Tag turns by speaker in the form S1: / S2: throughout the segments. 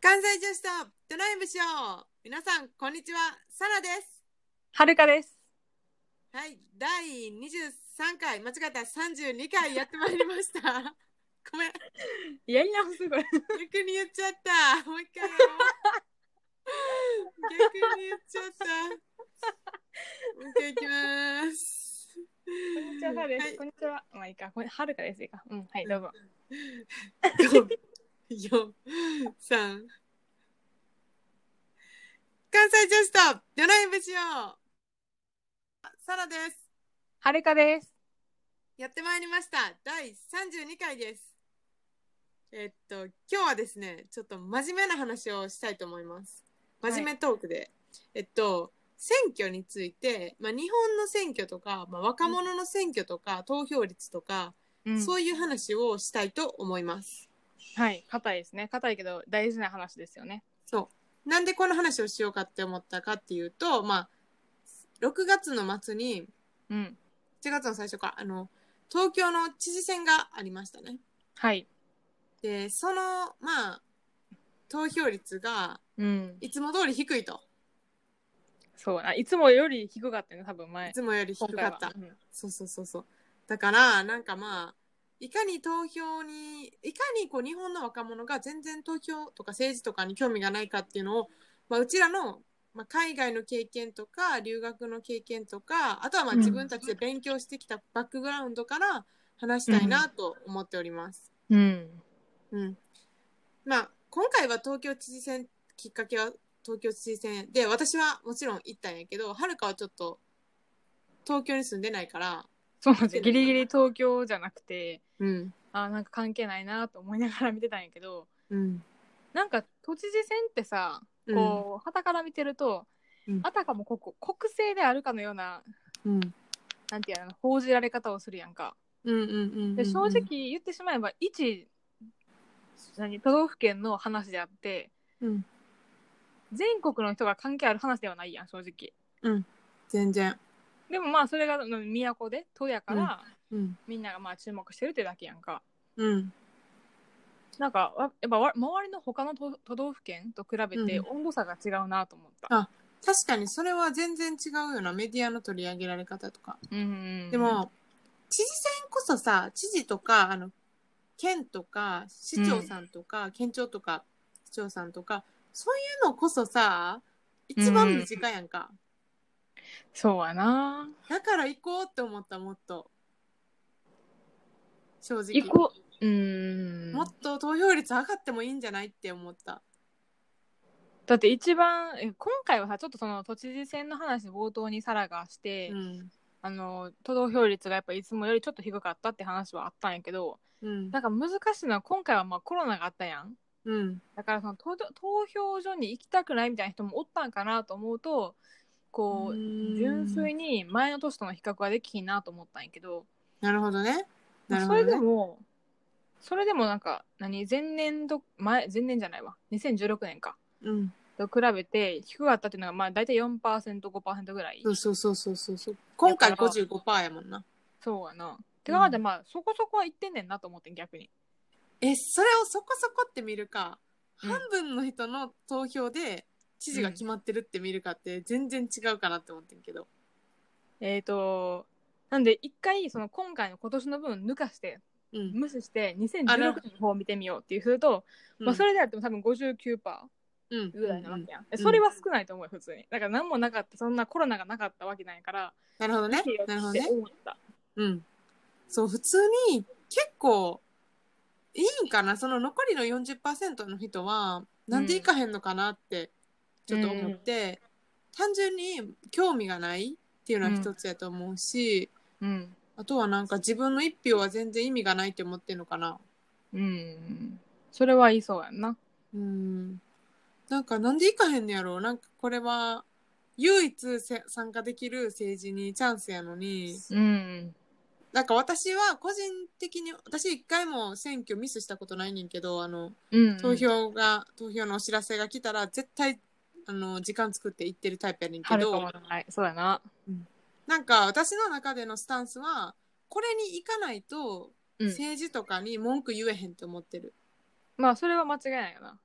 S1: 関西女子とドライブしよう皆さんこんにちはサラです
S2: はるかです。
S1: はい第23回間違えた32回やってまいりました ごめん
S2: やり直すこれ。
S1: 逆に言っちゃったもう一回やろう逆に言っちゃったもう一回いきます
S2: こんにちは、さらで
S1: は
S2: す。
S1: い
S2: こんにちは。まあいいか。これはるかです。いいか。うん、はい、どうぞ。
S1: 五、四、三。関西女子とドライブしよう。サラです。
S2: はるかです。
S1: やってまいりました。第三十二回です。えっと、今日はですね、ちょっと真面目な話をしたいと思います。真面目トークで、えっと。選挙について、まあ、日本の選挙とか、まあ、若者の選挙とか、投票率とか、
S2: うん、
S1: そういう話をしたいと思います。
S2: はい、硬いですね。硬いけど大事な話ですよね。
S1: そう。なんでこの話をしようかって思ったかっていうと、まあ、6月の末に、
S2: うん。
S1: 7月の最初か、あの、東京の知事選がありましたね。
S2: はい。
S1: で、その、まあ、投票率が
S2: うん。
S1: いつも通り低いと。
S2: そうあ。いつもより低かったよね、多分
S1: い
S2: 前。
S1: つもより低かった
S2: 今。回は
S1: そうそうそうそう。だから、なんかまあ、いかに投票に、いかにこう日本の若者が全然投票とか政治とかに興味がないかっていうのを、まあ、うちらの、まあ、海外の経験とか、留学の経験とか、あとはまあ
S2: うん
S1: 自分たちで勉強してきたバックグラウンドから話したいなと思っております。
S2: うん。うん
S1: うん。まあ、今回は東京知事選、きっかけは東京知事選で、私はもちろん行ったんやけど、はるかはちょっと東京に住んでないから、
S2: そうなんですよ。ギリギリ東京じゃなくて、
S1: うん。
S2: あーなんか関係ないなと思いながら見てたんやけど、
S1: うん、
S2: なんか都知事選ってさ、こう、旗から見てると、
S1: うん
S2: あたかもここ国政であるかのような
S1: うん、
S2: なんていうの報じられ方をするやんか。
S1: うんうんうんうん
S2: で正直言ってしまえば一何都道府県の話であって
S1: うん
S2: 全国の人が関係ある話ではないやん正直。
S1: 全然
S2: でもまあそれがうん都で都やから、
S1: うん
S2: みんながまあ注目してるってだけやんか。
S1: うん
S2: なんかわやっぱわ周りの他の都都道府県と比べて
S1: う
S2: 温度差が違うなと思った。
S1: あ確かにそれは全然違うようなメディアの取り上げられ方とか、
S2: うんうんうん
S1: でも知事選こそさ知事とかあの県とか市長さんとか、県庁とか市長さんとかそういうのこそさ一番身近やんか、
S2: そうやな。
S1: だから行こうって思ったもっと正直
S2: 行こう。うん。
S1: もっと投票率上がってもいいんじゃないって思った
S2: だって一番え今回はさちょっとその都知事選の話冒頭にサラがして、
S1: うん
S2: あの都道票率がやっぱいつもよりちょっと低かったって話はあったんやけど
S1: うん
S2: なんか難しいのは今回はまあコロナがあったやん
S1: うん
S2: だからその投投票所に行きたくないみたいな人もおったんかなと思うとこう純粋
S1: に。
S2: に前の年との比較はできひんなと思ったんやけど
S1: なるほどね。なる
S2: そ
S1: ほ
S2: れ
S1: ど
S2: で
S1: ね。
S2: もそれでもなんか何前年度前前年じゃないわ2016年か
S1: うん。
S2: と比べて低かったっていうのがまあ大体 4%5% ぐらい
S1: そうそうそうそうそうそう。今回55%やもんな。
S2: そうやなって考えたらまあそこそこは行ってんねんなと思ってん逆に
S1: え、それをそこそこって見るか、
S2: うん
S1: 半分の人の投票で知事が決まってるって見るかって全然違うかなって思ってんけど。
S2: えっ、となんで一回その今回の今年の分抜かして
S1: うん。
S2: 無視して
S1: あなる
S2: 2016年の方を見てみようっていうすると、まあ、それであっても多分59%
S1: うん
S2: ぐらいなわけやん、
S1: ん
S2: それは少ないと思うよ普通にだから何もなかったそんなコロナがなかったわけないから
S1: なるほどね
S2: いいよ。
S1: なるほど
S2: って
S1: ね。
S2: 思った、
S1: うん。そう、普通に結構いいんかな。その残りの40%の人は、なんで行かへんのかなって、ちょっと思って、単純に興味がないっていうのは一つやと思うし、
S2: うん
S1: あとはなんか自分の一票は全然意味がないって思ってんのかな。
S2: うんそれは言いそうやんな
S1: うん。なんかなんで行かへんのやろうなんかこれは唯一せ参加できる政治にチャンスやのに、
S2: うん
S1: なんか私は個人的に、私一回も選挙ミスしたことないねんけど、あの、
S2: うん
S1: 投票が、投票のお知らせが来たら、絶対、あの、時間作って行ってるタイプやねん
S2: は
S1: け
S2: るか
S1: ど
S2: も、ないそうやな
S1: なんか私の中でのスタンスは、これに行かないと、
S2: うん
S1: 政治とかに文句言えへんと思ってる。
S2: まあそれは間違いないよな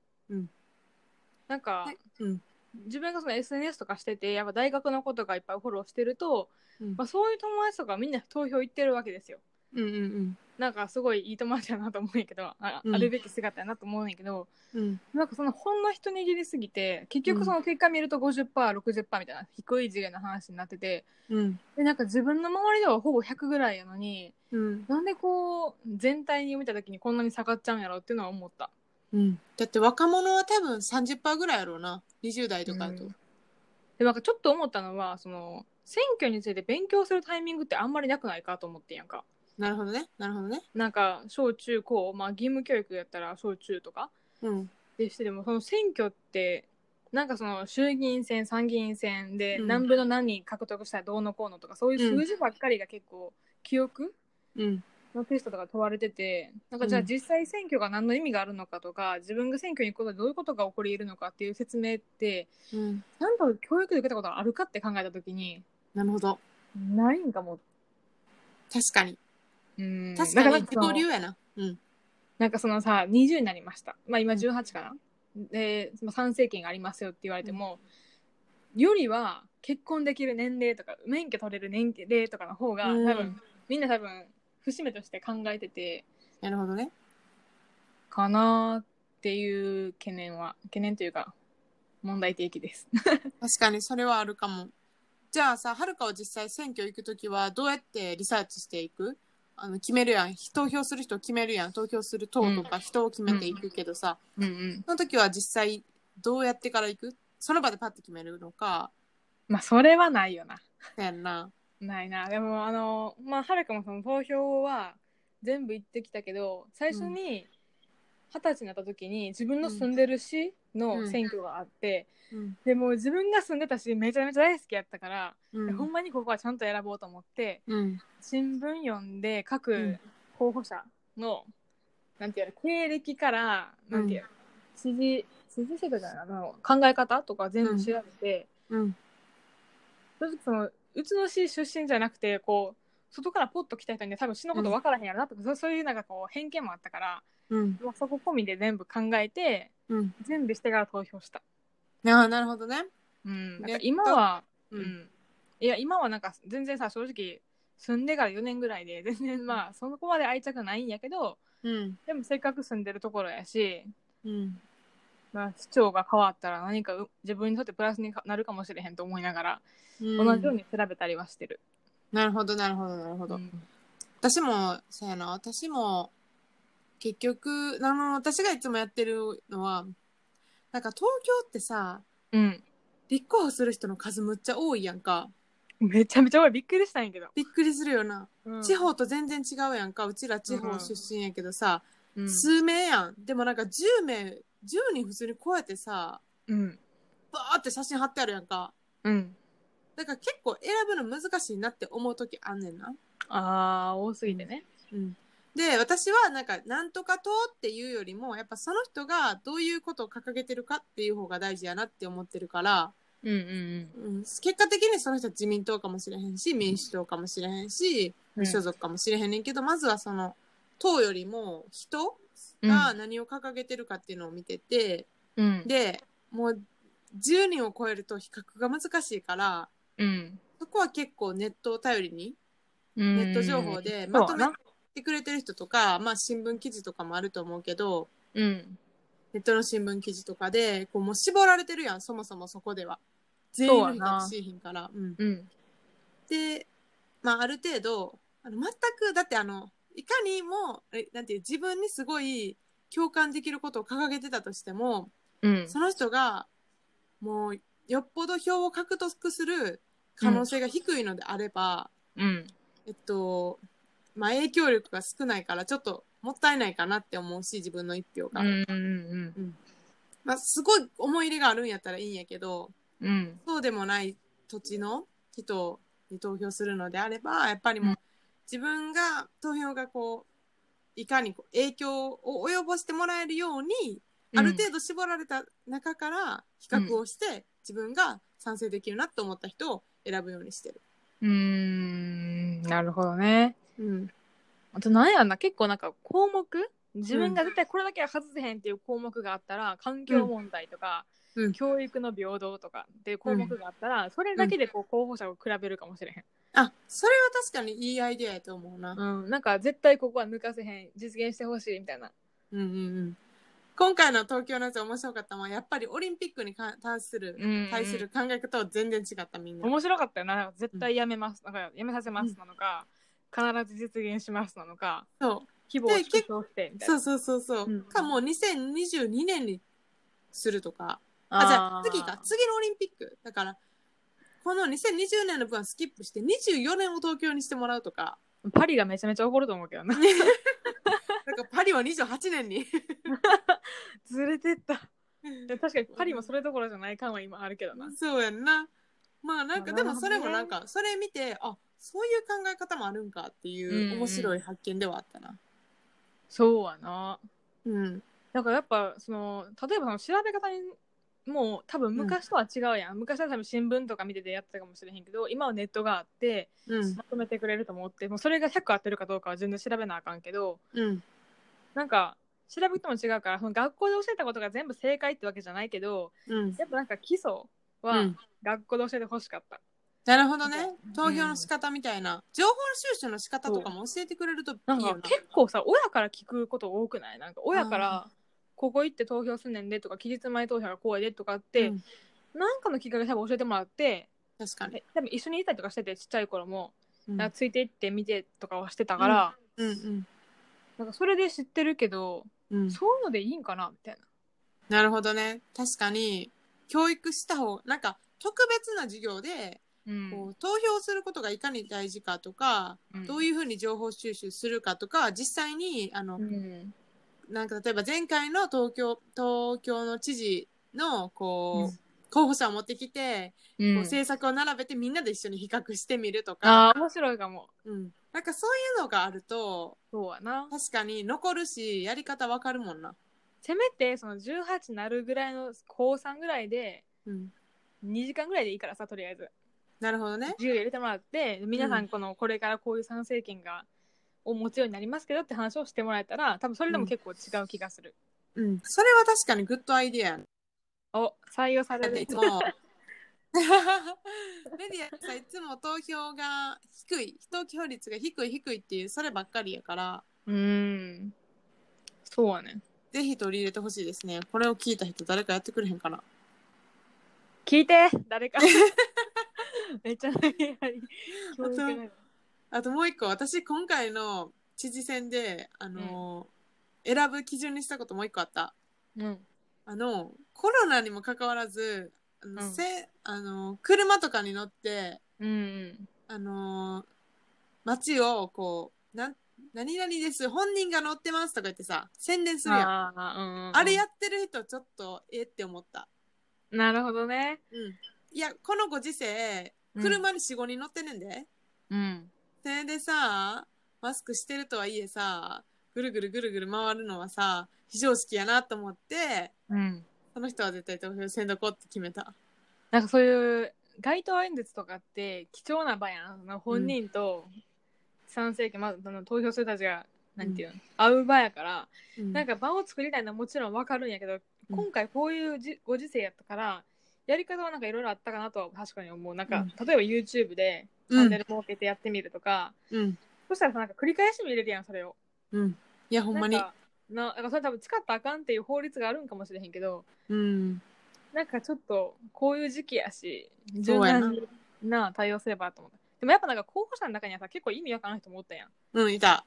S2: なんか、
S1: はいうん
S2: 自分がその SNS とかしててやっぱ大学のことがいっぱいフォローしてると、
S1: うん
S2: まあ、そういう友達とかみんな投票行ってるわけですよ。
S1: うんうん
S2: なんかすごいいい友達やなと思うんやけどあ,、
S1: うん
S2: あるべき姿やなと思うんやけど
S1: うん
S2: なんかそのほんの一握りすぎて結局その結果見ると 50%60% みたいな低い次元の話になってて
S1: うん
S2: でなんか自分の周りではほぼ100ぐらいやのに
S1: うん
S2: なんでこう全体に見た時にこんなに下がっちゃうんやろっていうのは思った。
S1: うんだって若者は多分30%ぐらいやろうな20代とかだと、
S2: うんでなんかちょっと思ったのはその選挙について勉強するタイミングってあんまりなくないかと思ってんやんか。
S1: なるほどねなるほどね
S2: なんか小中高、まあ、義務教育やったら小中とか
S1: うん
S2: でしてでもその選挙ってなんかその衆議院選参議院選で
S1: うん
S2: 何分の何人獲得したらどうのこうのとかそういう数字ばっかりが結構記憶
S1: うん
S2: のテストとか問われててなんかじゃあ
S1: うん
S2: 実際選挙が何の意味があるのかとか自分が選挙に行くことでどういうことが起こり得るのかっていう説明って
S1: うん
S2: ちゃんと教育で受けたことがあるかって考えた時に
S1: なるほど
S2: ないんかも。
S1: 確かに
S2: うん
S1: 確か
S2: なん
S1: に
S2: かその
S1: 交流やなうん
S2: なんかそのさ20になりました、まあ、今18かな、でまあ参政権がありますよって言われても、よりは結婚できる年齢とか免許取れる年齢とかの方が多
S1: うん
S2: 分、みんな多分節目として考えてて
S1: なるほどね
S2: かなっていう懸念は懸念というか問題提起です。
S1: 確かにそれはあるかもじゃあさはるかは実際選挙行くときはどうやってリサーチしていくあの決めるやん投票する人を決めるやん投票する党とか人を決めていくけどさ、
S2: うんうん、
S1: その時は実際どうやってから行くその場でパッて決めるのか
S2: まあそれはないよな。
S1: そうやんな
S2: ないなでもあのまあはるかもその投票は全部行ってきたけど最初に二十歳になった時に自分の住んでる市
S1: う
S2: の
S1: ん
S2: 選挙があって、
S1: うん、
S2: でもう自分が住んでた市めちゃめちゃ大好きやったから、
S1: うん
S2: ほんまにここはちゃんと選ぼうと思って
S1: うん
S2: 新聞読んで
S1: うん
S2: 各候補者の、なんていうの経歴からなんていうの、知事知事制度じゃないあの考え方とか全部調べて。
S1: うん
S2: 正直そのうちの市出身じゃなくてこう外からポッと来た人には多分市のこと分からへんやろなとか、そうそういうなんかこう偏見もあったから、
S1: うん
S2: まあ、そこ込みで全部考えて
S1: うん
S2: 準備してから投票した、
S1: ああなるほどね
S2: うん、なん
S1: えっ
S2: か
S1: と
S2: 今は、
S1: う
S2: うんんいや今はなんか全然さ正直住んでから4年ぐらいで全 然まあそこまで愛着ないんやけど
S1: うん
S2: でもせっかく住んでるところやし、
S1: うん
S2: まあ、市長が変わったら何かう自分にとってプラスになるかもしれへんと思いながら、同じように調べたりはしてる。
S1: なるほどなるほどなるほど、
S2: うん
S1: 私もそうやな私も結局あの私がいつもやってるのはなんか東京ってさ
S2: うん
S1: 立候補する人の数むっちゃ多いやんか
S2: めちゃめちゃ多いびっくりしたんやけど、
S1: びっくりするよな、地方と全然違うやんかうちら地
S2: う
S1: 方
S2: ん
S1: 出身やけどさ、
S2: うん
S1: 数名やんでもなんか10名10人普通にこうやってさ
S2: うん
S1: バーって写真貼ってあるやんか
S2: うん
S1: だから結構選ぶの難しいなって思う時あんねんな
S2: ああ多すぎてね
S1: うんで私はなんかなんとか党っていうよりもやっぱその人がどういうことを掲げてるかっていう方が大事やなって思ってるから、
S2: うんうん
S1: うん、結果的にその人は自民党かもしれへんし民主党かもしれへんし
S2: うん
S1: 無所属かもしれへんねんけど、まずはその党よりも人が何を掲げてるかっていうのを見てて、
S2: うん
S1: でもう10人を超えると比較が難しいから
S2: うん
S1: そこは結構ネットを頼りに
S2: うん
S1: ネット情報でまとめてくれてる人とか、まあ、新聞記事とかもあると思うけど
S2: うん
S1: ネットの新聞記事とかでこうもう絞られてるやんそもそもそこでは全員
S2: そう
S1: の
S2: やな
S1: 人がしいひんから。うん、
S2: うん
S1: で、まあ、ある程度あの全くだってあのいかにもえなんていう自分にすごい共感できることを掲げてたとしても
S2: うん
S1: その人がもうよっぽど票を獲得する可能性が低いのであれば、
S2: うん
S1: えっと、まあ、影響力が少ないから、ちょっともったいないかなって思うし、自分の一票が。
S2: うんうん
S1: まあ、すごい思い入れがあるんやったらいいんやけど、
S2: うん
S1: そうでもない土地の人に投票するのであれば、やっぱりも
S2: う
S1: う、自分が、投票がこう、いかにこう影響を及ぼしてもらえるように、ある程度絞られた中から比較をして、自分が賛成できるなと思った人を選ぶようにしてる。
S2: うんなるほどね
S1: うん。
S2: あとなんやろな結構なんか項目自分が絶対これだけは外せへんっていう項目があったら環境問題とか、
S1: うんうん
S2: 教育の平等とかっていう項目があったら、それだけでこう候補者を比べるかもしれへ
S1: あ、それは確かにいいアイデアやと思うな。
S2: ん、うん、なんか絶対ここは抜かせへん実現してほしいみたいな
S1: うんうんうん。今回の東京のやつ面白かったのは、やっぱりオリンピックにか関する、対する考え方は全然違った、みんな。
S2: 面白かったよななんか絶対やめます、なんかやめさせますなのか、必ず実現しますなのか
S1: そ
S2: 規模を縮小してみ
S1: う。
S2: たいな
S1: そうそうそうそう。
S2: うん
S1: か、もう2022年にするとか。あ、じゃあ次か。次のオリンピック。だから、この2020年の分はスキップして、24年を東京にしてもらうとか。
S2: パリがめちゃめちゃ怒ると思うけどな
S1: なんかパリは28年に。
S2: ずれてったでも確かにパリもそれどころじゃない感は今あるけどな、
S1: そうやんな。まあなんか、
S2: ま
S1: で
S2: あ
S1: もそれも
S2: な
S1: な
S2: る
S1: ん
S2: ほ
S1: か、それ見て、あ、そういう考え方もあるんかってい
S2: うん
S1: う面白い発見ではあったな。
S2: そうやな
S1: うん。
S2: だからやっぱその例えばその調べ方にもう多分昔とは違うやん、昔は多分新聞とか見ててやってたかもしれへんけど今はネットがあって
S1: うん。
S2: まとめてくれると思ってもうそれが100合ってるかどうかは全然調べなあかんけど
S1: うん。
S2: なんか調べても違うからその学校で教えたことが全部正解ってわけじゃないけど
S1: うん。
S2: やっぱなんか基礎
S1: う
S2: は
S1: ん
S2: 学校で教えてほしかった、
S1: なるほど
S2: う
S1: ね
S2: ん。
S1: 投票の仕方みたいな。情報収集の仕方とかも教えてくれるといいよ
S2: な
S1: な。
S2: んか結構さ親から聞くこと多くないなんか親からここ行って投票すんねんでとか期日前投票がこうやでとかって、
S1: うん
S2: なんかのきっかけで多分教えてもらって
S1: 確かに。
S2: え多分一緒にいたりとかしててちっちゃい頃も、
S1: うん
S2: なんかついていって見てとかはしてたから、
S1: うんうん
S2: なんかそれで知ってるけど、
S1: うん。
S2: そういうのでいいんかなみたいな
S1: なるほどね。確かに、教育した方、なんか特別な授業で、、
S2: うん
S1: こう投票することがいかに大事かとか、どう
S2: い
S1: いうふうに情報収集するかとか、実際に、あの、
S2: うん、
S1: なんか例えば前回の東京、東京の知事の、こう、
S2: う
S1: 候補者を持ってきて、
S2: うん
S1: こう政策を並べてみんなで一緒に比較してみると
S2: あ
S1: か、
S2: あ面白いかも
S1: うん。なんかそういうのがあると、
S2: そうやな
S1: 確かに残るし、やり方わかるもんな。
S2: せめてその18なるぐらいの高3ぐらいで
S1: うん。
S2: 2時間ぐらいでいいからさとりあえず
S1: なるほどね。
S2: 授業入れてもらって皆さんこのこれからこういう参政権がを持つようになりますけどって話をしてもらえたら多分それでも結構違う気がする、
S1: うん。それは確かにグッドアイディアやな
S2: お採用され
S1: だって
S2: る
S1: いつ もメディアさいつも投票が低い投票率が低い低いっていうそればっかりやから
S2: うーんそうやね
S1: ぜひ取り入れてほしいですねこれを聞いた人誰かやってくれへんかな
S2: 聞いて誰 かめっちゃ悩み教育なの
S1: あともう一個私今回の知事選であの、選ぶ基準にしたこともう一個あった
S2: うん
S1: あのコロナにもかかわらずあの、
S2: うん
S1: せあの車とかに乗って
S2: うん
S1: あのー街をこう、なん、何々です、本人が乗ってますとか言ってさ、宣伝するやん。あ
S2: あーうんうん
S1: れやってる人ちょっと、えって思った。
S2: なるほどね
S1: うん。いや、このご時世、
S2: うん
S1: 車に4、5人乗ってんねんで。
S2: うん
S1: それでさ、マスクしてるとはいえさ、ぐるぐるぐるぐる回るのはさ、非常識やなと思って、
S2: うん
S1: その人は絶対投票せんどこって決めた。
S2: なんかそういう街頭演説とかって貴重な場やん。あの本人と参政権、まずあの投票する人たちが、なんていうの、会う場やから、なん
S1: か、
S2: か場を作りたいのはもちろんわかるんやけど、
S1: うん
S2: 今回こういうじご時世やったから、やり方はなんかいろいろあったかなとは確かに思う。なんか、例えば YouTube でチャンネル設けてやってみるとか、
S1: うん。
S2: そしたらさなんか繰り返し見れるやん、それを。
S1: うん。いや、ほんまに
S2: なん。かななんかそれ多分使ったらあかんっていう法律があるんかもしれへんけど、
S1: うん。
S2: なんかちょっとこういう時期やし柔
S1: そうやな
S2: 軟にな対応すればと思ったでもやっぱなんか候補者の中にはさ結構意味わからん人もおったやん
S1: うん、いた。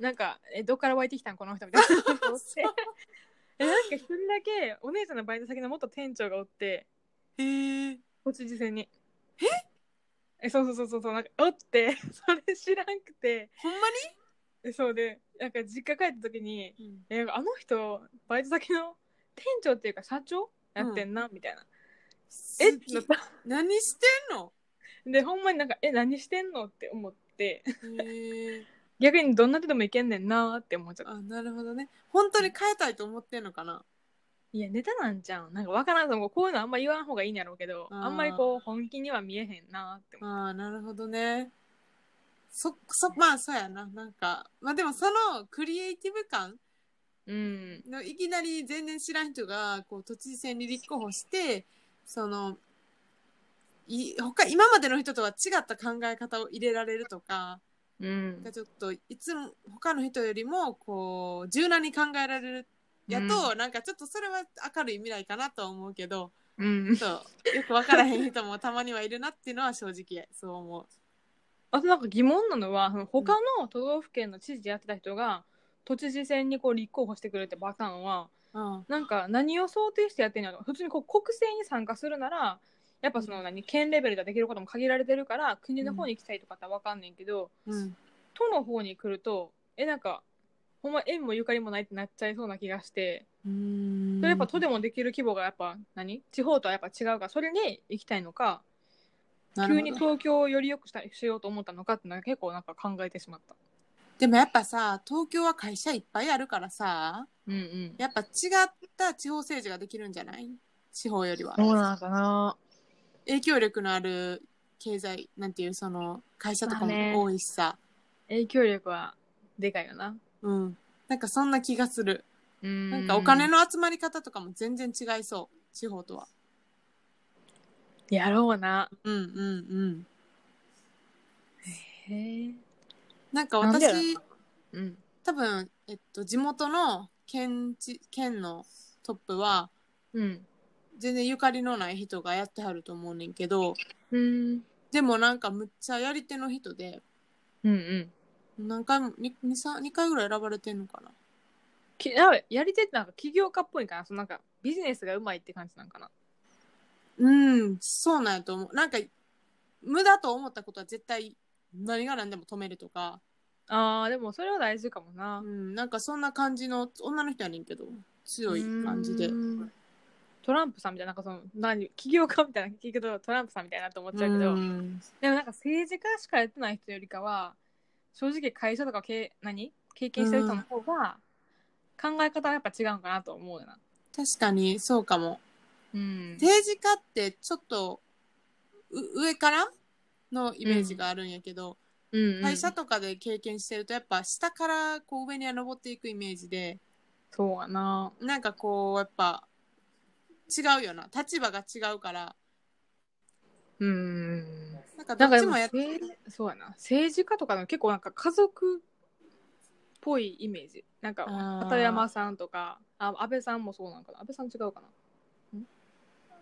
S2: なんかえどっから湧いてきたんこの人みたいな人もおって えなんか一人だけお姉ちゃんのバイト先の元店長がおって
S1: へえ。
S2: 都知事選にええそうそうそうそうそうなんかおって それ知らんくて
S1: ほんま
S2: えそうでなんか実家帰った時に
S1: に
S2: えあの人バイト先の店長っていうか社長やってんな、みたいなえ
S1: え
S2: ってなった
S1: 何してんの
S2: でほんまになんか「え何してんの?」って思って
S1: へえ
S2: 逆にどんな人でもいけんねんなーって思っちゃった
S1: あなるほどね本当に変えたいと思ってんのかない
S2: やネタなんじゃんなんかわからんと思うこういうのあんま言わん方がいいんやろうけど
S1: あー
S2: あんまりこう本気には見えへんなーって思う
S1: ああなるほどねそそまあそうやななんかまあでもそのクリエイティブ感
S2: うん。
S1: のいきなり全然知らん人がこう都知事選に立候補してそのい他今までの人とは違った考え方を入れられるとか
S2: うん
S1: が。ちょっといつも他の人よりもこう柔軟に考えられるやと、なんかちょっとそれは明るい未来かなとは思うけど
S2: うん。
S1: そうよく分からへん人もたまにはいるなっていうのは正直そう思う。
S2: あとなんか疑問なのは、その他の都道府県の知事やってた人が、都知事選にこう立候補してくれってパターンは、
S1: うん
S2: なんか何を想定してやってんのやろ普通にこう国政に参加するならやっぱその何県レベルではできることも限られてるから国の方に行きたいとかってわかんねんけど、
S1: うん
S2: 都の方に来るとえなんかほんま縁もゆかりもないってなっちゃいそうな気がして
S1: うん
S2: それやっぱ都でもできる規模がやっぱ何地方とはやっぱ違うからそれで行きたいのか
S1: なる
S2: 急
S1: ほど
S2: に東京をより良くしたいしようと思ったのかってのは結構なんか考えてしまった。
S1: でもやっぱさ東京は会社いっぱいあるからさ
S2: うんうん、
S1: やっぱ違った地方政治ができるんじゃない地方よりは。
S2: そうなのかな
S1: 影響力のある経済、なんていう、その、会社とか
S2: まあね
S1: も多いしさ。
S2: 影響力はでかいよな。
S1: うん。なんかそんな気がする。な
S2: なん
S1: かお金の集まり方とかも全然違いそう。地方とは。
S2: やろうな。
S1: うんうんうん。
S2: へえ。
S1: なんか
S2: なんでやろ
S1: 私、
S2: うん。
S1: 多分、えっと、地元の県知、県のトップは、
S2: うん。
S1: 全然ゆかりのない人がやってはると思うねんけど、
S2: うん。
S1: でもなんかむっちゃやり手の人で、
S2: うん。
S1: 何回も、ににさ二回ぐらい選ばれてんのかな。
S2: きなんかやり手ってなんか起業家っぽいんかな。そのなんかビジネスがうまいって感じなんかな。
S1: うん、そうなんやと思う。なんか、無駄と思ったことは絶対何が何でも止めるとか、
S2: あー、でもそれは大事かも
S1: う
S2: な。
S1: ん、なんかそんな感じの、女の人やねんけど、強い感じで。
S2: う
S1: うん
S2: トランプさんみたいな、なんかその、何、起業家みたいな聞くとトランプさんみたいなと思っちゃうけど、
S1: ん
S2: でもなんか政治家しかやってない人よりかは、正直会社とかけ何経験してる人の方が、考え方はやっぱ違うんかなと思うよな。
S1: 確かに、そうかも。
S2: うん。
S1: 政治家ってちょっと、う上からのイメージがあるんやけど、
S2: うんうん
S1: 会社とかで経験してると、やっぱ下からこう上には登っていくイメージで、
S2: そうやな。
S1: なんかこう、やっぱ、違うよな。立場が違うから、
S2: うん。
S1: なんかど
S2: なんか
S1: っ
S2: で
S1: ち
S2: も
S1: もやっ
S2: 政そうやな政治家とかの結構なんか家族っぽいイメージなんか
S1: あー
S2: 片山さんとかあ安倍さんもそうなんかな安倍さん違うかなん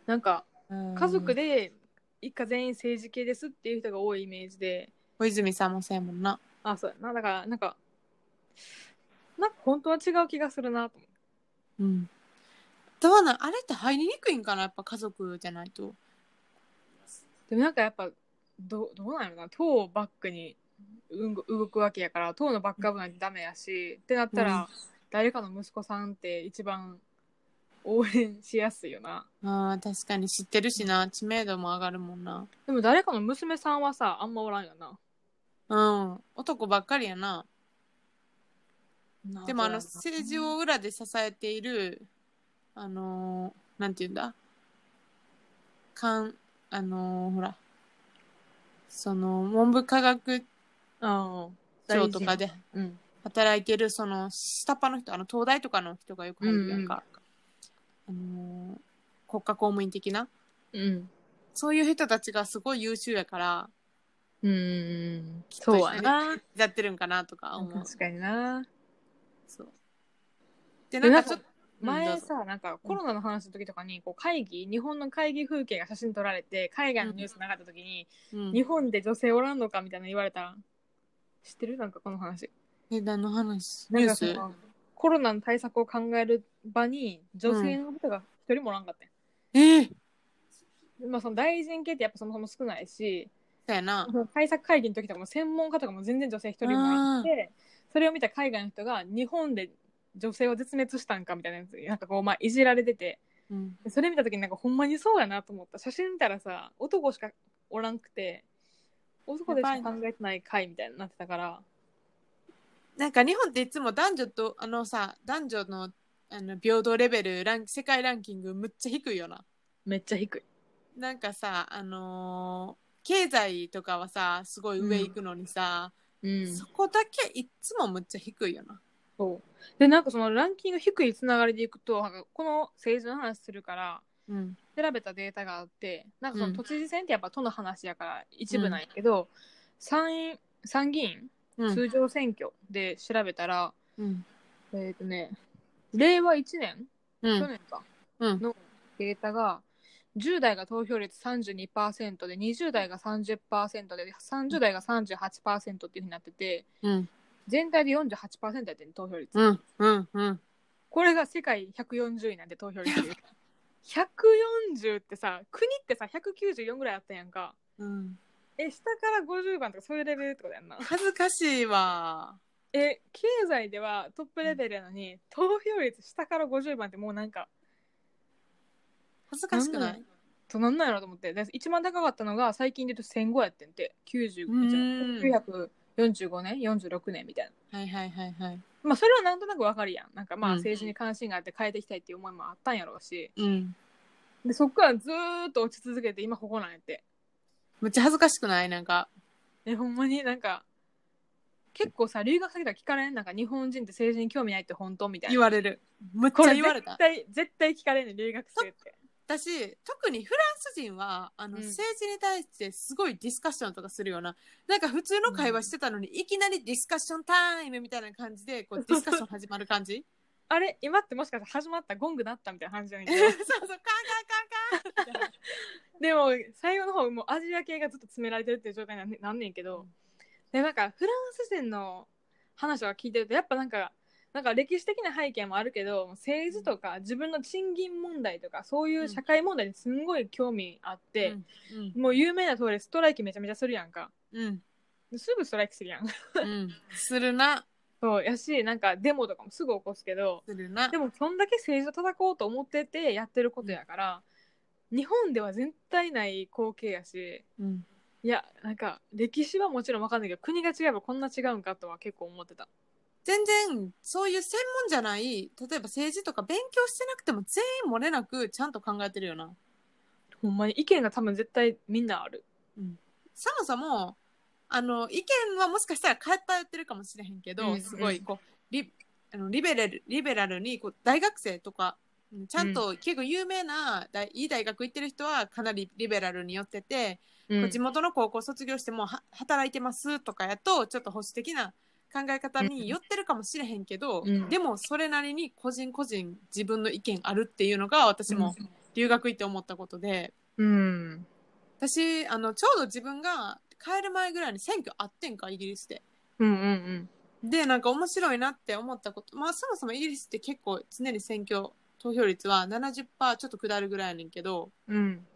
S2: なんか家
S1: 家
S2: 族で一家全員政治系ですっていう人が多いイメージで
S1: 小泉さんもそうやもんな。
S2: あそうやなだからなんかなんか本当は違う気がするなと思う
S1: うん。どうなんあれって入りにくいんかなやっぱ家族じゃないと。
S2: でもなんかやっぱどどうなのかな党をバックにうん動くわけやから党のバックアップなんてダメやし、ってなったら、
S1: うん
S2: 誰かの息子さんって一番応援しやすいよな
S1: ああ、確かに知ってるしな。知名度も上がるもんな。
S2: でも誰かの娘さんはさあんまおらんよな
S1: うん。男ばっかりやな。でもあの、
S2: そうやな
S1: 政治を裏で支えている、あのーなんて言うんだ。かん、あのーほら。その、文部科学
S2: うん
S1: 省とかで
S2: うん
S1: 働いてる、その、下っ端の人、あの、東大とかの人がよく入るやんか。あのー国家公務員的な。
S2: うん
S1: そういう人たちがすごい優秀やから、
S2: うん
S1: っと一緒
S2: そ
S1: に
S2: うやな
S1: やってるんかなとか思う。
S2: 確かにな
S1: そう。で、
S2: で
S1: なんかちょっと、
S2: 前さなんかコロナの話の時とかにこう会議日本の会議風景が写真撮られて海外のニュースなかった時に、
S1: うん、
S2: 日本で女性おらんのかみたいな言われたん知ってるなんかこの話
S1: 値段の話、
S2: な
S1: ニ
S2: ん
S1: ュー
S2: かそ
S1: ス。
S2: のコロナの対策を考える場に女性の人が一人もおらんかったんや、
S1: ええー、
S2: まあその大臣系ってやっぱそもそも少ないし、
S1: だよな。
S2: その対策会議の時とかも専門家とかも全然女性一人もいなくて、それを見た海外の人が日本で女性を絶滅したんかみたいなやつ、なんかこうまあいじられてて、
S1: うん。
S2: それ見た時になんかほんまにそうやなと思った。写真見たらさ、男しかおらんくて、男でしか考えてない会みたいになってたから、
S1: なんか日本っていつも男女と、あのさ、男女の、あの、平等レベル、ラン世界ランキングむっちゃ低いよな。
S2: めっちゃ低い。
S1: なんかさ、あのー経済とかはさ、すごい上行くのにさ、
S2: うん
S1: そこだけいつもむっちゃ低いよな。
S2: そうでなんかそのランキング低いつながりでいくとなんかこの政治の話するから
S1: うん
S2: 調べたデータがあってなんかそうの
S1: ん
S2: 都知事選ってやっぱ都の話やから一部なんやけど、参院参議院
S1: うん
S2: 通常選挙で調べたら、
S1: うん
S2: えっ、とね令和1年、
S1: う
S2: 去
S1: ん
S2: 年か
S1: うん
S2: のデータが10代が投票率32%で20代が30%で30代が38%っていうふうになってて
S1: うん
S2: 全体で48%やってん投票率、
S1: うんうんうん
S2: これが世界140位なんで投票率 140ってさ国ってさ194ぐらいあったやんか
S1: うん
S2: え下から50番とかそういうレベルってことやんな
S1: 恥ずかしいわ
S2: え経済ではトップレベルやのに、投票率下から50番ってもうなんか
S1: 恥ずかしくない
S2: となんなんやろと思ってで一番高かったのが最近で言うと1500やってんて
S1: うん
S2: 95年945年46年みたいな
S1: はいはいはいはい
S2: まあそれはなんとなくわかるやんなんかまあ
S1: うん
S2: 政治に関心があって変えていきたいっていう思いもあったんやろうし
S1: うん
S2: でそっからずーっと落ち続けて今ここなんやって
S1: めっちゃ恥ずかしくないなんか
S2: えほんまになんか結構さ留学先とか聞かれんなんか日本人って政治に興味ないって本当みたい
S1: 言
S2: な
S1: われるむっち
S2: こ
S1: ゃ
S2: れ
S1: 言われた
S2: 絶対絶対聞かれんねん留学生って
S1: 私特にフランス人はあの、
S2: うん
S1: 政治に対してすごいディスカッションとかするようななんか普通の会話してたのに、いきなりディスカッションタイムみたいな感じで こうディスカッション始まる感じ
S2: あれ今ってもしかして始まったゴングなったみたいな感じじゃない
S1: そうそうカンカンカンカン
S2: でも最後の方もうアジア系がずっと詰められてるっていう状態なんねなんねんけど、でなんかフランス人の話を聞いてるとやっぱなんかなんか歴史的な背景もあるけど政治とか自分の賃金問題とかそういう社会問題にすんごい興味あって、
S1: うん
S2: もう有名な通りストライキめちゃめちゃするやんか
S1: うん
S2: すぐストライキするやん
S1: うんするな
S2: そうやしなんかデモとかもすぐ起こすけど
S1: するな
S2: でもそんだけ政治を叩こうと思っててやってることやから、日本では絶対ない光景やし
S1: うん
S2: いやなんか歴史はもちろんわかんないけど国が違えばこんな違うんかとは結構思ってた
S1: 全然そういう専門じゃない例えば政治とか勉強してなくても全員漏れなくちゃんと考えてるよな
S2: ほんまに意見が多分絶対みんなある
S1: そもそもあの意見はもしかしたら偏ってるかもしれへんけど、
S2: うん
S1: すごいこうリあのリベラルリベラルにこう大学生とかうんちゃんと、結構有名な大いい大学行ってる人はかなりリベラルに寄ってて、こう地元の高校卒業してもうは働いてますとかやとちょっと保守的な考え方に寄ってるかもしれへんけど、
S2: うん
S1: でもそれなりに個人個人自分の意見あるっていうのが私も留学行って思ったことで。
S2: うん
S1: 私あのちょうど自分が帰る前ぐらいに選挙あってんかイギリスで。
S2: うんうん
S1: でなんか面白いなって思ったことまあそもそもイギリスって結構常に選挙投票率は70%ちょっと下るぐらいやねんけど
S2: うん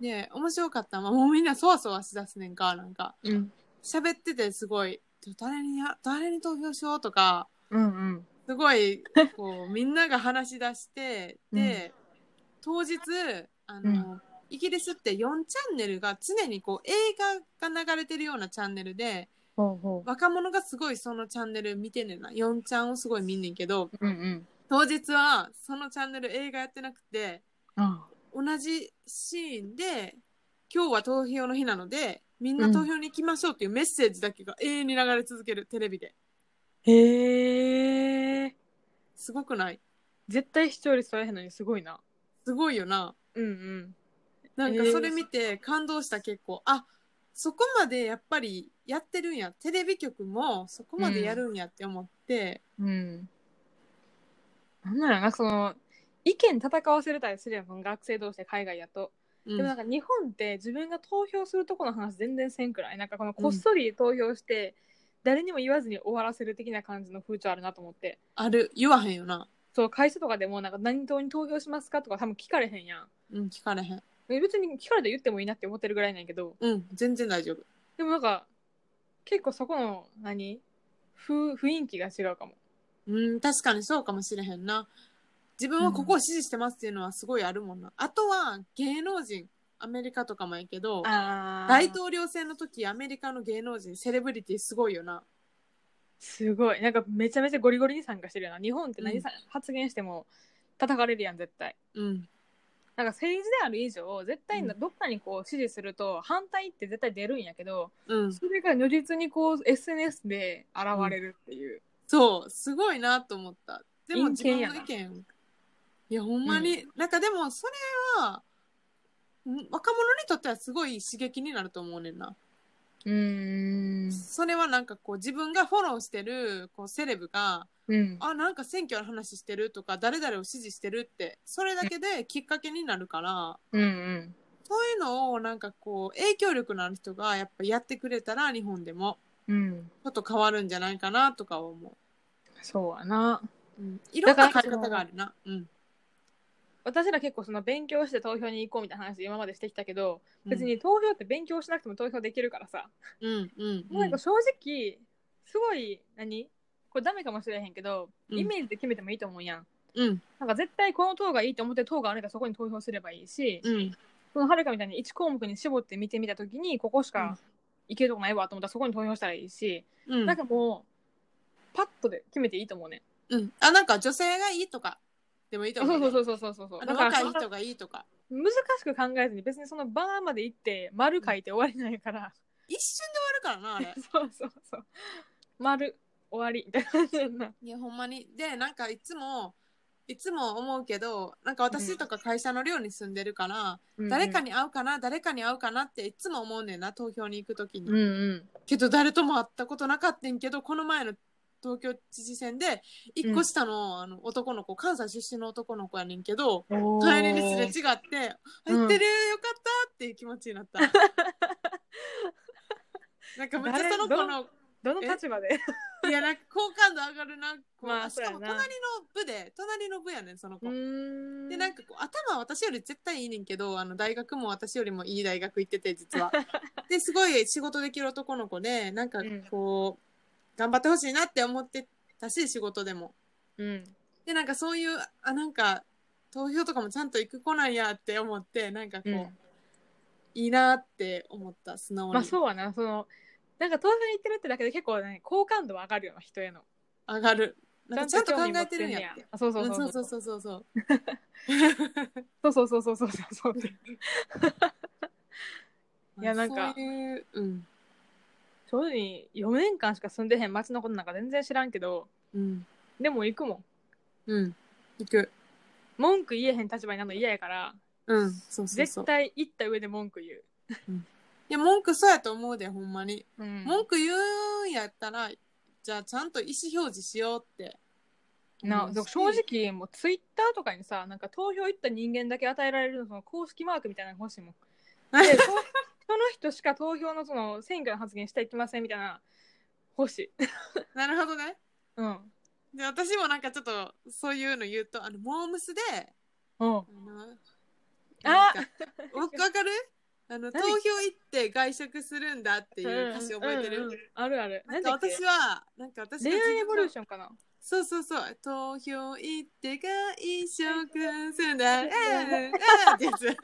S1: で面白かったのはもうみんなそわそわしだすねんかなんか
S2: うん
S1: 喋っててすごい誰にや誰に投票しようとか
S2: うん
S1: すごいこうみんなが話し出してで、当日あの、イギリスって4チャンネルが常にこう映画が流れてるようなチャンネルで
S2: ほうほ
S1: 若者がすごいそのチャンネル見てんねんな4ちゃんをすごい見んねんけど
S2: ううんうん
S1: 当日はそのチャンネル映画やってなくて
S2: あ
S1: 同じシーンで今日は投票の日なのでみんな投票に行きましょうっていうメッセージだけが永遠に流れ続けるテレビで
S2: へえ
S1: すごくない
S2: 絶対視聴率取れへんのにすごいな
S1: すごいよな
S2: うんうん
S1: なん
S2: え
S1: か
S2: ー
S1: それ見て感動した結構、あそこまでやっぱりやってるんやテレビ局もそこまでやるんやって思って、
S2: うんなんならなその意見戦わせるたりするやんその学生同士で海外やと
S1: うん
S2: でもなんか日本って自分が投票するとこの話全然せんくらいなんかこのこっそり投票して誰にも言わずに終わらせる的な感じの風潮あるなと思って
S1: ある言わへんよな、
S2: そう会社とかでもなんか何党に投票しますかとか多分聞かれへんやん
S1: うん、聞かれへん
S2: え別に聞かれたら言ってもいいなって思ってるぐらいなんやけど
S1: うん全然大丈夫
S2: でもなんか結構そこの何ふ雰囲気が違うかも
S1: うん、確かにそうかもしれへんな。自分はここを支持してますっていうのはすごいあるもんな。あとは芸能人、アメリカとかもやけど、
S2: あ
S1: 大統領選の時アメリカの芸能人、セレブリティすごいよな。
S2: すごいなんかめちゃめちゃゴリゴリに参加してるよな日本って何さ、発言しても叩かれるやん絶対
S1: うん、
S2: なんか政治である以上絶対な
S1: う
S2: どっかにこう支持すると反対って絶対出るんやけど、
S1: うん。
S2: それが如実にこう SNS で現れるっていう、
S1: そう、すごいなと思った。でも自
S2: 陰
S1: 分
S2: 険や
S1: の
S2: な
S1: 意見。いや、ほんまに、なんかでもそれは、ん若者にとってはすごい刺激になると思うねんな。
S2: うーん。
S1: それはなんかこう自分がフォローしてるこうセレブが、
S2: うん。
S1: あ、なんか選挙の話してるとか、誰々を支持してるって、それだけできっかけになるから、
S2: うんうん。
S1: そういうのをなんかこう影響力のある人がやっぱやってくれたら日本でも
S2: うん。
S1: ちょっと変わるんじゃないかなとかは思
S2: そうやな。
S1: う。うん、いろんな変
S2: だか
S1: え
S2: ら
S1: 方があるな。うん。
S2: 私ら結構その勉強して投票に行こうみたいな話今までしてきたけど、別
S1: うん。
S2: に投票って勉強しなくても投票できるからさ、
S1: うん。うん。
S2: もうなんか正直すごい何これダメかもしれへんけど、
S1: うん
S2: イメージで決めてもいいと思うやん
S1: うん。
S2: なんか絶対この党がいいと思ってる党があるからそこに投票すればいいし、
S1: うん。
S2: そのはるかみたいに1項目に絞って見てみた時にここしかいけるとこないわと思ったらそこに投票したらいいし、
S1: うん
S2: なん。かもうパッとで決めていいと思うね
S1: うん。あ、なんか女性がいいとかでもいいと
S2: そう
S1: 思う。。
S2: そうそううそうそうそうそう
S1: あ
S2: だ
S1: の
S2: から
S1: 若
S2: そ
S1: い
S2: んな
S1: 人がいいとか。
S2: 難しく考えずに別にそのバーまで行って丸書いて終わりないから。
S1: 一瞬で終わるからな、あれ
S2: そうそうそう丸終わりみたいな感じやんない
S1: や、ほんまに。で、なんかいつも、いつも思うけど、なんか私とか会社の寮に住んでるから、誰かに会うかな、誰かに会うかなっていつも思うねんな、投票に行くときに。
S2: うんうん
S1: けど誰とも会ったことなかったんけどこの前の東京知事選で一個下の,、あの男の子関西出身の男の子やねんけど帰りにすれ違って「
S2: うん
S1: 入ってるよかった!」っていう気持ちになった。 なんかめっちゃその子の
S2: どの立場で
S1: いやなんか好感度上がるな、こう
S2: まあ
S1: しかも
S2: そうや
S1: 隣
S2: な
S1: の部で隣の部やねんその子。
S2: ん
S1: でなんかこう頭は私より絶対いいねんけどあの大学も私よりもいい大学行ってて実 は。ですごい仕事できる男の子でなんかこう、頑張ってほしいなって思ってたし仕事でも。
S2: うん
S1: でなんかそういうあなんか投票とかもちゃんと行く子なんやって思ってなんかこう、
S2: うん
S1: いいなって思った素直に、
S2: まあそうはなそのなんか投票に行ってるってだけで結構ね好感度は上がるような人への
S1: 上がる。なんかちゃんと考えてるんやって。
S2: あそう
S1: う
S2: そうんそ
S1: そうう
S2: そ
S1: そううそうそうそう。
S2: そうそうそうそうそうそういやなんか
S1: そういう、うん。
S2: 正直4年間しか住んでへん町のことなんか全然知らんけど
S1: うん。
S2: でも行くもん
S1: うん。行く。
S2: 文句言えへん立場になるの嫌やから
S1: うん。そうそうそう
S2: 絶。対行った上で文句言う
S1: いや、文句そうやと思うで、ほんまに。
S2: うん
S1: 文句言うんやったら、じゃあちゃんと意思表示しようって。
S2: な
S1: うん
S2: でも正。直もうツイッターとかにさなんか投票行った人間だけ与えられるその公式マークみたいなの欲しいも ん。でそその人しか投票のその選挙の発言していきませんみたいな欲 しい。
S1: なるほどね。
S2: うん。
S1: で、私もなんかちょっと、そういうの言うと、あの、モームスで、
S2: うん
S1: あ。の、
S2: あ
S1: なんか僕わ かるあの、投
S2: 何
S1: 票行って外食するんだっていう歌詞覚えて
S2: うんうんう
S1: る
S2: んあるある。
S1: なんか
S2: だっけ
S1: 私は、なんか私が
S2: 恋愛エボリュー
S1: ョン。
S2: ションかな。
S1: そうそうそう。投票行って外食するんだ。
S2: う
S1: うんん、う ん、ってやつ。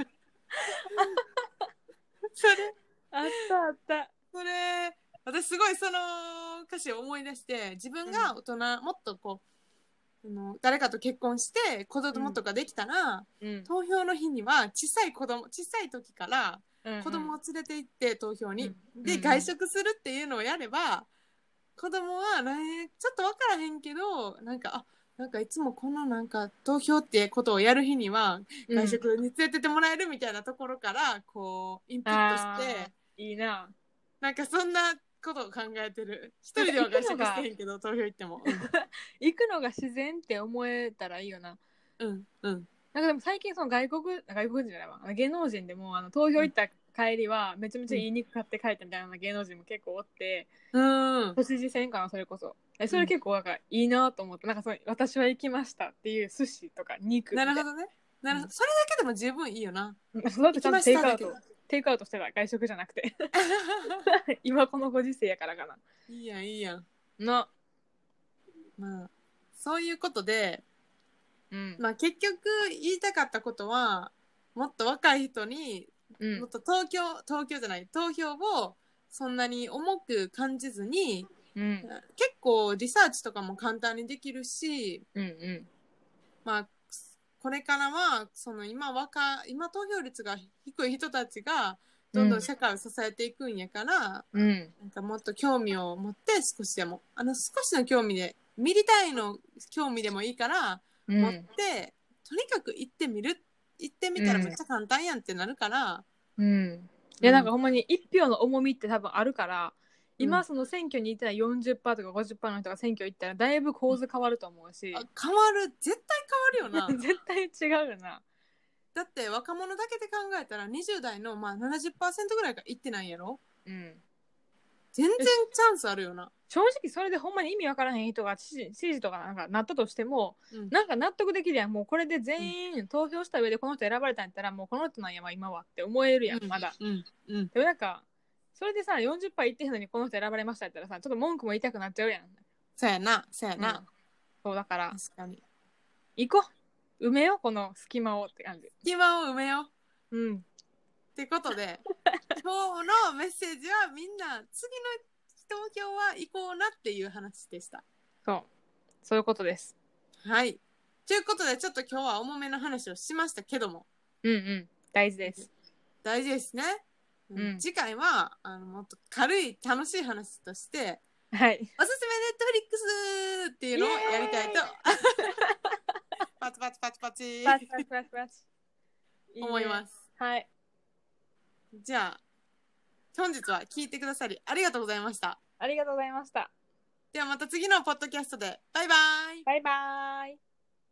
S1: それ
S2: あったあった。
S1: それ私すごいその歌詞を思い出して自分が大人、もっとこうあの誰かと結婚して子供とかできたら、
S2: うん。
S1: 投票の日には小さい子供小さい時から子供を連れて行って投票に、
S2: うん
S1: で
S2: うん
S1: 外食するっていうのをやれば子供はねちょっと分からへんけどなんかあなんかいつもこのなんか投票ってことをやる日には
S2: うん
S1: 外食に連れてってもらえるみたいなところからこうインプットして。
S2: あーいいな。
S1: なんかそんなことを考えてる。一人では外食してへんけど、投票行っても。
S2: 行くのが自然って思えたらいいよな。
S1: うん、うん。
S2: なんかでも最近その外国外国人じゃないわあの芸能人でもあの投票行った帰りはめちゃめちゃ言いにくかって帰ったみたいな芸能人も結構おって
S1: うん。
S2: 都知事選かなそれこそえそれ結構なんかいいなと思って、なんかその私は行きましたっていう寿司とか肉
S1: なるほどね。なるほ
S2: うん
S1: ど。それだけでも十分いいよな。
S2: どその後ちゃんとテイクアウト
S1: 行きま
S2: テイクアウトしてた外食じゃなくて 今このご時世やからかない
S1: いやん、いいやん。
S2: の
S1: まあ、そういうことで、
S2: うん、
S1: まあ結局言いたかったことは、もっと若い人に、
S2: うん
S1: もっと東京、東京じゃない、投票をそんなに重く感じずに、
S2: うん
S1: 結構リサーチとかも簡単にできるし、
S2: うんうん
S1: まあ、これからはその今若今投票率が低い人たちがどんどん社会を支えていくんやから、
S2: うん
S1: なんかもっと興味を持って少しでもあの少しの興味でミリ単位の興味でもいいから、
S2: うん
S1: 持ってとにかく行ってみる行ってみたらめっちゃ簡単やんってなるから、
S2: うん、いやなんかほんまに一票の重みって多分あるか
S1: う
S2: ら今
S1: ん
S2: その選挙に行ったら40%とか50%の人が選挙行ったらだいぶ構図変わると思うし
S1: あ変わる絶対変わるよな
S2: 絶対違うよな
S1: だって若者だけで考えたら20代のまあ70%ぐらいが行ってないやろ
S2: うん
S1: 全然チャンスあるよな、
S2: 正直それでほんまに意味わからへん人が知事知事とかなんかなったとしても
S1: うん
S2: なんか納得できるやんもうこれで全員投票した上でこの人選ばれたんやったらもうこの人なんやわ今はって思えるやんまだ、
S1: うんうん
S2: でもなんかそれでさ40%いってへんのにこの人選ばれましたやったらさちょっと文句も言いたくなっちゃうやん、
S1: そうやなそうやな、
S2: そうだから
S1: 確かに
S2: 行こう埋めようこの隙間をって感じ
S1: 暇を埋めよう
S2: うん
S1: ってこと で今日のメッセージはみんな次の東京は行こうなっていう話でした
S2: そうそういうことです
S1: はいということでちょっと今日は重めの話をしましたけども
S2: うんうん大事です
S1: 大事ですね、
S2: うん
S1: 次回はあのもっと軽い楽しい話として
S2: はい
S1: おすすめネットフリックスっていうのをやりたいと パチパチパチパチ
S2: パチパチパチパチいいね
S1: 思います
S2: はい
S1: じゃあ本日は聞いてくださりありがとうございました
S2: ありがとうございました
S1: ではまた次のポッドキャストでバイバイ
S2: バイバイ